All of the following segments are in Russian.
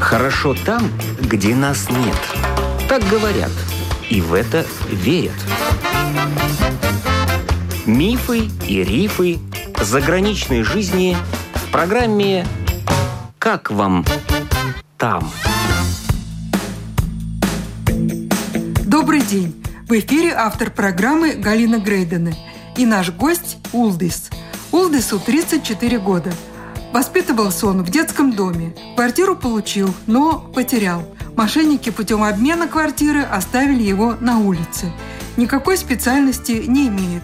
хорошо там, где нас нет. Так говорят, и в это верят. Мифы и рифы заграничной жизни в программе «Как вам там?». Добрый день! В эфире автор программы Галина Грейдена и наш гость Улдис. Улдису 34 года. Воспитывался он в детском доме. Квартиру получил, но потерял. Мошенники путем обмена квартиры оставили его на улице. Никакой специальности не имеет.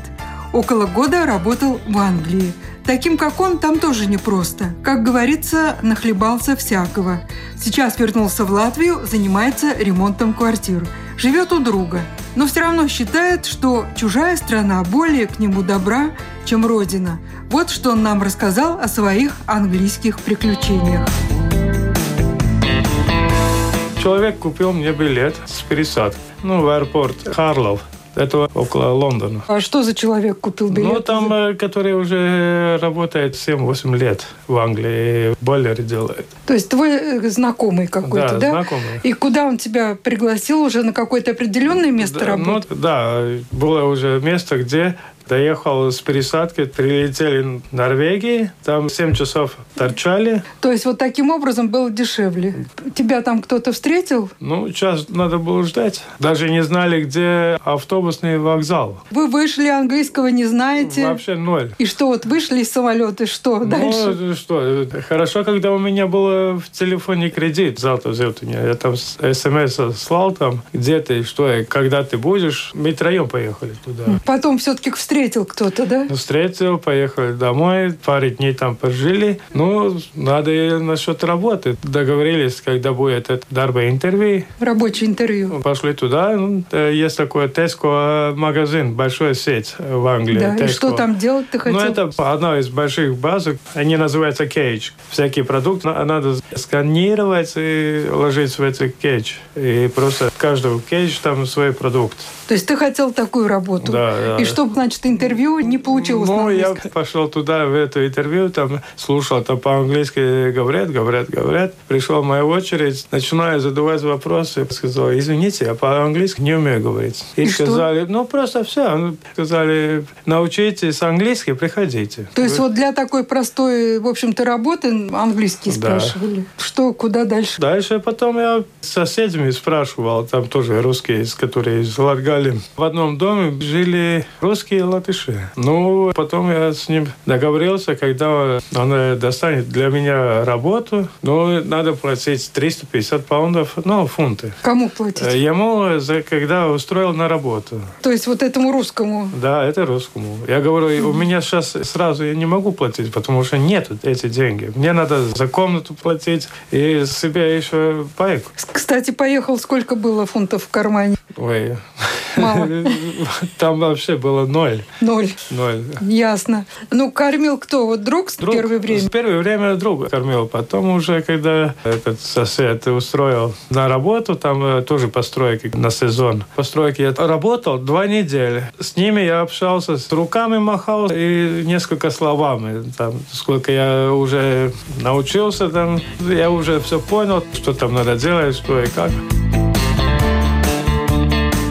Около года работал в Англии. Таким, как он, там тоже непросто. Как говорится, нахлебался всякого. Сейчас вернулся в Латвию, занимается ремонтом квартир. Живет у друга, но все равно считает, что чужая страна более к нему добра, чем родина. Вот что он нам рассказал о своих английских приключениях. Человек купил мне билет с пересадкой ну, в аэропорт Харлов. Это около Лондона. А что за человек купил билет? Ну, там, э, который уже работает 7-8 лет в Англии, бойлеры делает. То есть твой э, знакомый какой-то, да? Да, знакомый. И куда он тебя пригласил? Уже на какое-то определенное место Да, ну, работы? да, было уже место, где доехал с пересадки, прилетели в Норвегии, там 7 часов торчали. То есть вот таким образом было дешевле. Тебя там кто-то встретил? Ну, сейчас надо было ждать. Даже не знали, где автобусный вокзал. Вы вышли, английского не знаете? Вообще ноль. И что, вот вышли из самолета, и что дальше? Ну, что, хорошо, когда у меня был э, в телефоне кредит. Завтра, завтра мне. Я там смс слал там, где ты, что, и когда ты будешь. Мы троем поехали туда. Потом все-таки встретил кто-то, да? Ну, Встретил, поехали домой, пару дней там пожили. Ну, надо и насчет работы. Договорились, когда будет это дарба интервью. Рабочее интервью. Пошли туда. Ну, э, Есть такой Tesco э, магазин, большая сеть в Англии. Да, и что Tesco. там делать ты хотел? Ну, это одна из больших базок. Они называются кейдж. Всякий продукт на- надо сканировать и ложить в этот кейдж. И просто каждого кейдж там свой продукт. То есть ты хотел такую работу. Да, да. И что, значит, интервью не получилось? на Ну, я английском? пошел туда, в это интервью, там слушал, там по-английски говорят, говорят, говорят. Пришел моя очередь, начинаю задавать вопросы. Сказал, извините, я по-английски не умею говорить. И, И что? сказали, ну, просто все. Сказали, научитесь английский, приходите. То есть вот для такой простой, в общем-то, работы английский Да. спрашивали. Что, куда дальше? Дальше потом я с соседями спрашивал, там тоже русские, с которые из Латгалии. В одном доме жили русские и латыши. Ну, потом я с ним договорился, когда он э, достанет для меня работу, но надо платить 350 паундов, ну, фунты. Кому платить? Э, Ему, за, когда устроил на работу. То есть вот этому русскому. Да, это русскому. Я говорю, у меня сейчас сразу я не могу платить, потому что нет эти деньги. Мне надо за комнату платить и себе еще пайку. С- Кстати, поехал, сколько было фунтов в кармане? Ой. Мало. Там вообще было ноль. Ноль. Ноль. Ясно. Ну, кормил кто? Вот друг в Друг- первое время? В первое время друга кормил. Потом уже, когда этот сосед устроил на работу, там э, тоже постройки на сезон. Постройки я работал два недели. С ними я общался, с руками махал и несколько словами. Там, сколько я уже научился, там, я уже все понял, что там надо делать, что и как.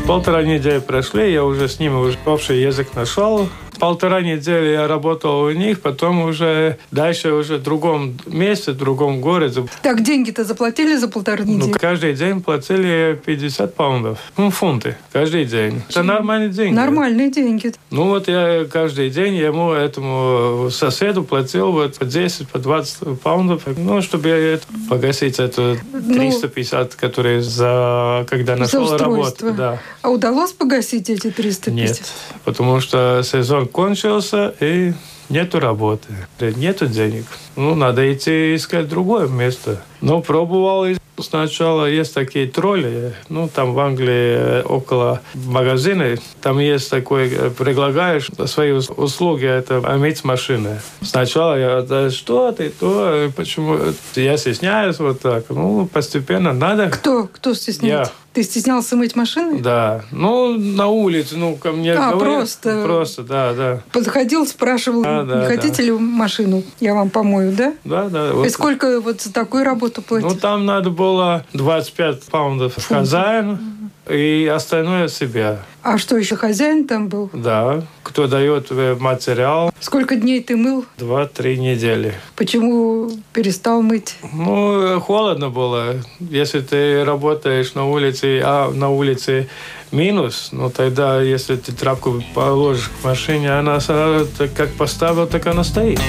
Полтора недели прошли, я уже с ним уже общий язык нашел. Полтора недели я работал у них, потом уже дальше уже в другом месте, в другом городе. Так, деньги-то заплатили за полторы Ну, недели? каждый день платили 50 паундов. Ну, фунты. Каждый день. Это нормальные деньги. Нормальные деньги. Ну, вот я каждый день ему, этому соседу платил вот по 10, по 20 паундов. Ну, чтобы я это- погасить это 350, которые за... Когда нашел устройство. работу. Да. А удалось погасить эти 350? Нет, потому что сезон кончился и нету работы, нету денег. Ну, надо идти искать другое место. Ну, пробовал и сначала есть такие тролли, ну, там в Англии э, около магазина, там есть такой, э, предлагаешь свои ус- услуги, это иметь машины. Сначала я, да что ты, то, э, почему, я стесняюсь вот так. Ну, постепенно надо Кто? Кто стеснялся? Я. Ты стеснялся мыть машины? да, ну на улице, ну ко мне А, говорят. просто. просто, да, да, Подходил, спрашивал, А, не да, хотите ли машину? Я вам помою, да? да, да. вот. И сколько вот за такую работу что-то платить? Ну, там надо было 25 паундов хозяину и остальное себя. А что, еще хозяин там был? Да, кто дает э, материал Сколько дней ты мыл? 2-3 недели. Почему перестал мыть? Ну, э, холодно было. Если ты работаешь на улице, а на улице минус, ну тогда, если ты тряпку положишь к машине, она сразу, так как поставил, так она стоит.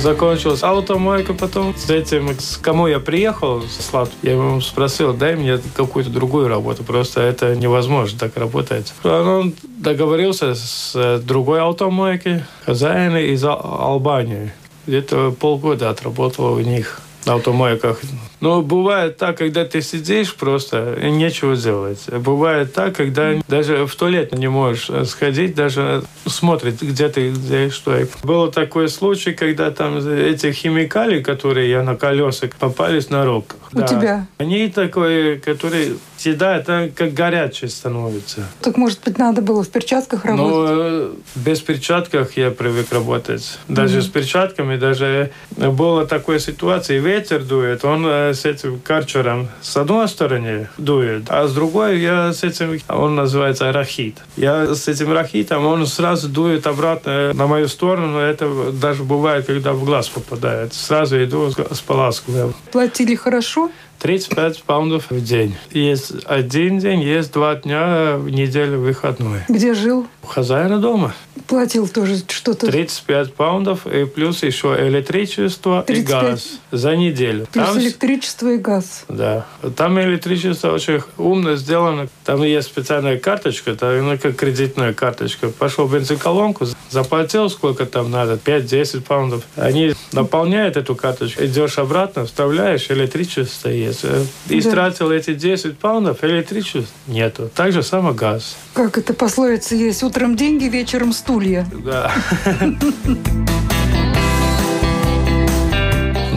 Закончилась автомойка потом. С этим, с кому я приехал, с Латвии, я ему спросил, дай мне какую-то другую работу, просто это невозможно так работать. А Он договорился с э, другой автомойкой, хозяина из Ал- Албании. Где-то полгода отработал у них на автомойках. Но бывает так, когда ты сидишь просто и нечего делать. Бывает так, когда даже в туалет не можешь э, сходить, даже смотрит, где ты, где и что. И Был такой случай, когда там эти химикалии, которые я на колесах, попались на рог. У тебя? Они такой, которые съедают, а как горячие становятся. Так, может быть, надо было в перчатках работать? Ну, э, без перчатках я привык работать. Даже с перчатками, даже была такая ситуация, ветер дует, он э, с этим карчером с одной стороны дует, а с другой я с этим, он называется рахит. Я с этим рахитом, он сразу дует обратно э, на мою сторону, это даже бывает, когда в глаз попадает. Сразу иду с- споласкиваю. Платили хорошо? 35 паундов в день. Есть один день, есть два дня э, в неделю выходной. Где жил? У хозяина дома. Платил тоже что-то? 35 паундов и плюс еще электричество 35. и газ за неделю. Плюс Там с- электричество и газ. да. Там электричество очень умно сделано. Там есть специальная карточка, та- она как кредитная карточка. Пошел в бензоколонку, заплатил сколько там надо, 5-10 паундов. Они наполняют эту карточку. Идешь обратно, вставляешь, электричество есть. Э, Истратил эти 10 паундов, электричества нету. Так же само газ. Как это пословица есть? Утром деньги, вечером стулья. Да.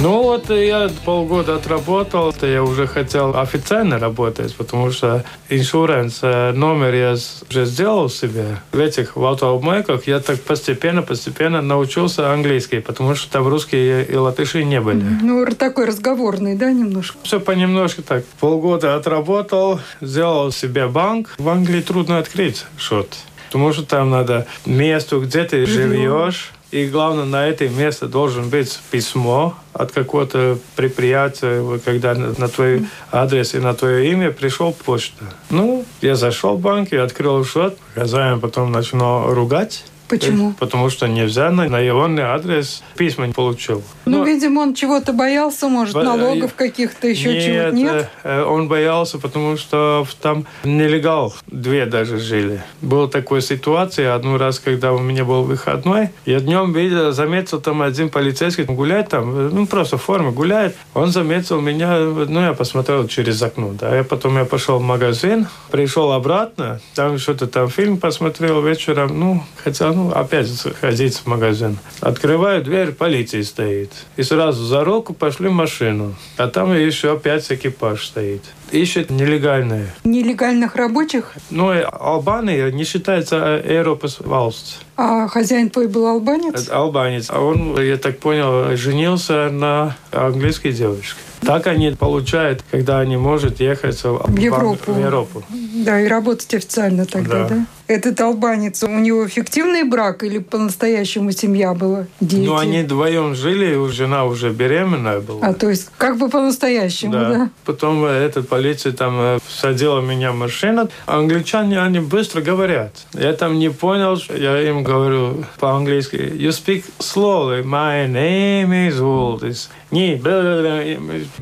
Ну вот и я полгода отработал, то я уже хотел официально работать, потому что иншуранс э, номер я с- уже сделал себе. В этих в автомойках я так постепенно-постепенно научился английский, потому что там русские и латыши не были. Ну, р- такой разговорный, да, немножко? Все понемножку так. Полгода отработал, сделал себе банк. В Англии трудно открыть счет, потому что там надо место, где ты живешь. И главное, на это место должен быть письмо от какого-то предприятия, вот когда на на твой адрес и на твое имя пришел почта. Ну, я зашел в банк и открыл счет. Хозяин потом начинал ругать. Почему? Потому что нельзя на, на его адрес письма не получил. Ну, Ну, видимо, он чего-то боялся, может, Бо- налогов каких-то, еще чего-то. Нет? э, э, он боялся, потому что в- там нелегал две даже жили. Была такая ситуация, одну раз, когда у меня был выходной, я днем видел, заметил там один полицейский гуляет там, э, ну просто в форме гуляет. Он заметил меня, э, ну я посмотрел через окно, да, я потом я пошел в магазин, пришел обратно, там что-то там фильм посмотрел вечером, ну хотя, ну опять ходить в магазин. Открываю дверь, полиция стоит. И сразу за руку пошли в машину. А там еще опять экипаж стоит. Ищет нелегальные. Нелегальных рабочих, Ну, и Албания не считается э, Европас Валст. а хозяин твой был албанец? Это албанец. А он, я так понял, женился на английской девушке. Так они получают, когда они могут ехать в, Албан- Европу. в Европу. Да, и работать официально тогда, да? Да. Этот албанец, у него фиктивный брак или по-настоящему семья была? Дети? Ну, они вдвоем жили, и жена уже беременная была. А, то есть, как бы по-настоящему, Да. да? Потом э, эта полиция там э, всадила меня в машину. Англичане, они быстро говорят. Я там не понял, что- я им говорю по-английски. You speak slowly. My name is Waldis. Не, бла-бла-бла.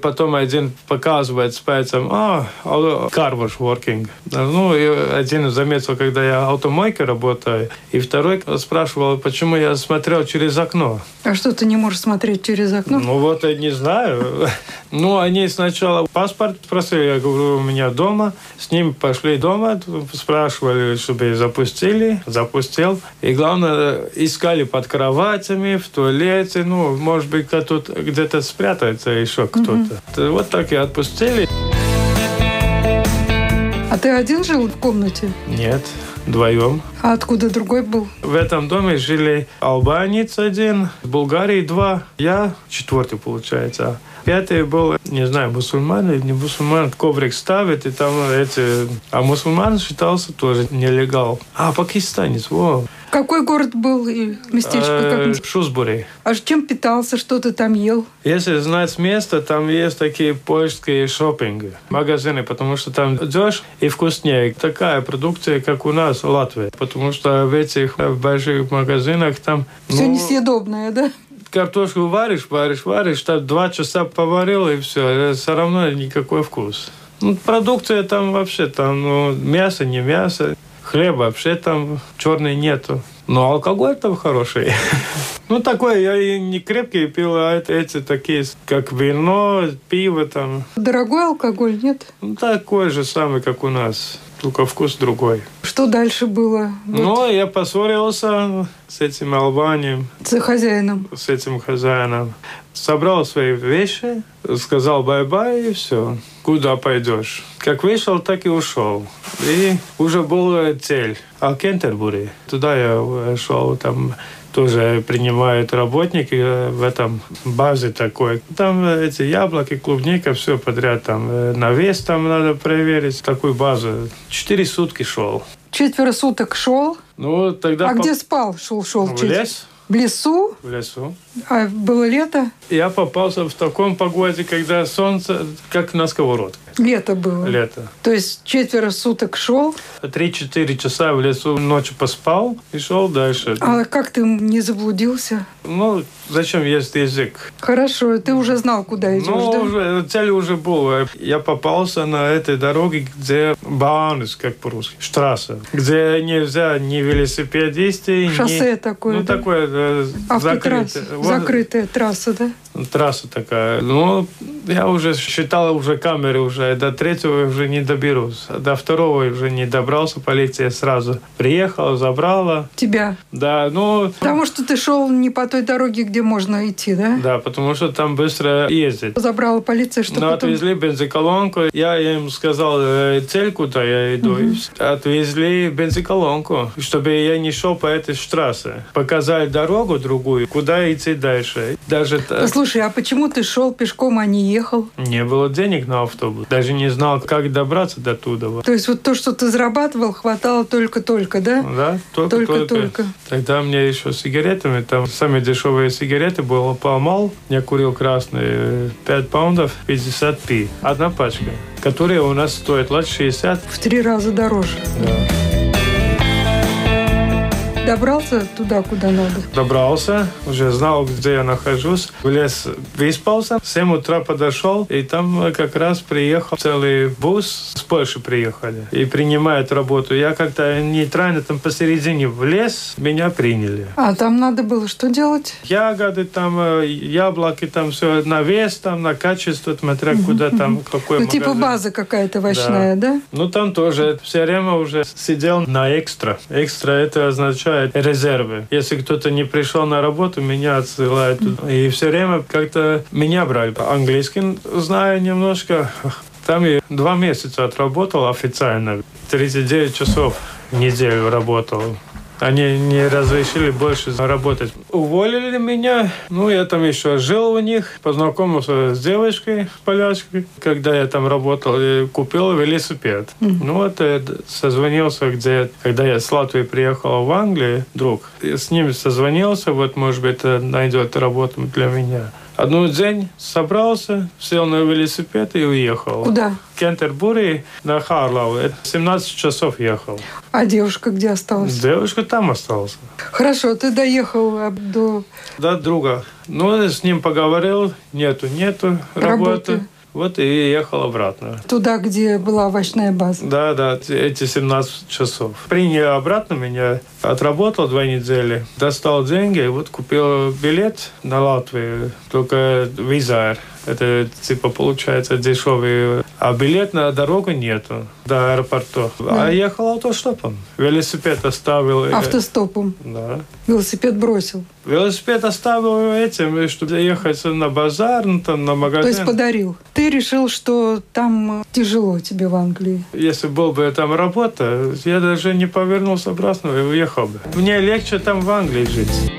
потом один показывает с пальцем, а, а, car was working. Да, Ну, и один заметил, когда я автомойкой работаю, и второй спрашивал, почему я смотрел через окно. А что ты не можешь смотреть через окно? Ну вот я не знаю. Ну, они сначала паспорт спросили, я говорю, у меня дома. С ним пошли дома, спрашивали, чтобы запустили. Запустил. И главное, искали под кроватями, в туалете. Ну, может быть, кто-то тут где-то спрятается еще кто-то. Вот так и отпустили. А ты один жил в комнате? Нет. вдвоем. А откуда другой был? В этом доме жили албанец один, в Болгарии два, я четвертый получается. Пятый был, не знаю, мусульман или не мусульман, коврик ставит, и там эти... А мусульман считался тоже нелегал. А, пакистанец, во. Какой город был и местечко? как Э, наз- Шусбери. А чем питался, что ты там ел? Если знать место, там есть такие польские шопинги, магазины, потому что там идешь и вкуснее. Такая продукция, как у нас в Латвии. Потому что в этих э, больших магазинах там... Все ну, несъедобное, да? Картошку варишь, варишь, варишь, там два часа поварил и все, все равно никакой вкус. Ну, продукция там вообще, там ну, мясо, не мясо, хлеба вообще там черный нету. Но алкоголь там хороший. Ну, такой, я и не крепкий пил, а это- эти такие, как вино, пиво там. Дорогой алкоголь, нет? Ну, такой же самый, как у нас, только вкус другой. Что дальше было вот, Но я поссорился с этим Албанием. за хозяином? с этим хозяином. Собрал свои вещи, сказал бай-бай и все. Куда пойдешь? Как вышел, так и ушел. И уже была цель. А Кентербури. Туда я шел, там тоже принимают работники э, в этом базе такой. Там э, эти яблоки, клубника, все подряд. Там э, на вес там надо проверить. Такую базу. Четыре сутки шел. Четверо суток шел. Ну, тогда... а по- где спал? Шел, шел. В через- лес. В лесу? В лесу. А было лето? Я попался в таком погоде, когда солнце как на сковородке. Лето было. Лето. То есть четверо суток шел. 3-4 часа в лесу ночью поспал и шел дальше. А как ты не заблудился? Ну, зачем есть язык? Хорошо, ты уже знал, куда идешь, ну, да? уже, цель уже была. Я попался на этой дороге, где Баанус, как по-русски, штрасса, где нельзя ни велосипедисты, ни... Шоссе такое, Ну, да? А такое э, Автотрасса. закрытое. Вот- Закрытая трасса, да? трасса такая. Но я уже считал уже камеры уже, до третьего уже не доберусь, А до второго уже не добрался, полиция сразу приехала, забрала. Тебя. Да, ну, Потому что ты шел не по той дороге, где можно идти, да? да, потому что там быстро ездит. Забрала полиция, что Но потом... Ну, отвезли бензоколонку, я им сказал э, цель, куда я иду. и вс- Отвезли бензоколонку, чтобы я не шел по этой штрассе. Показали дорогу другую, куда идти дальше. Даже та- Слушай, а почему ты шел пешком, а не ехал? не было денег на автобус, даже не знал, как добраться до туда. То есть вот то, что ты зарабатывал, хватало только-только, да? Да, только, только, Только-только. Тогда мне еще с сигаретами, там самые дешевые сигареты было помал. Я курил красные э, 5 паундов 50 пи. Одна пачка, которая у нас стоит лет 60. В три раза дороже. Да. Добрался туда, куда надо. Добрался, уже знал, где я нахожусь. В лес выспался, в 7 утра подошел, и там э, как раз приехал целый бус, с Польши приехали, и принимают работу. Я как-то нейтрально там посередине в лес, меня приняли. А там надо было что делать? ягоды, там э, яблоки, там все на вес, там на качество, смотря куда там какой Ну, типа магазин. база какая-то овощная, да? Ну там тоже все время уже сидел на экстра. Экстра это означает резервы. Если кто-то не пришел на работу, меня отсылают. туда. И все время как-то меня брали. Английский знаю немножко. Там я два месяца отработал официально. 39 часов в неделю работал. Они не разрешили больше заработать. Уволили меня. Ну, я там еще жил у них. Познакомился с девочкой, полячкой. Когда я там работал, и купил велосипед. Ну, вот я д- созвонился, где, когда я с Латвии приехал в Англию, друг. и с ним созвонился, вот, может быть, э, найдет работу для меня. Одну день собрался, сел на велосипед и уехал. Куда? В Кентербури на Харлау. Это 17 часов ехал. А девушка где осталась? Девушка там осталась. Хорошо, ты доехал а, до... Да, друга. Ну, с ним поговорил, нету, нету работы. Работы. Вот и ехал обратно. туда, где была овощная база. Да, да, эти 17 часов. Приняли обратно меня, отработал две недели, достал деньги, вот купил билет на Латвию, только визар. Это типа получается дешевый. А билет на дорогу нету до аэропорта. Да. А ехал автостопом. Велосипед оставил. э, Автостопом. Да. Велосипед бросил. Велосипед оставил этим, чтобы ехать на базар, ну, там, на То магазин. есть подарил. Ты решил, что там э, тяжело тебе в Англии. Если был бы там ну, работа, я даже не повернулся обратно и уехал бы. Мне легче там в Англии жить.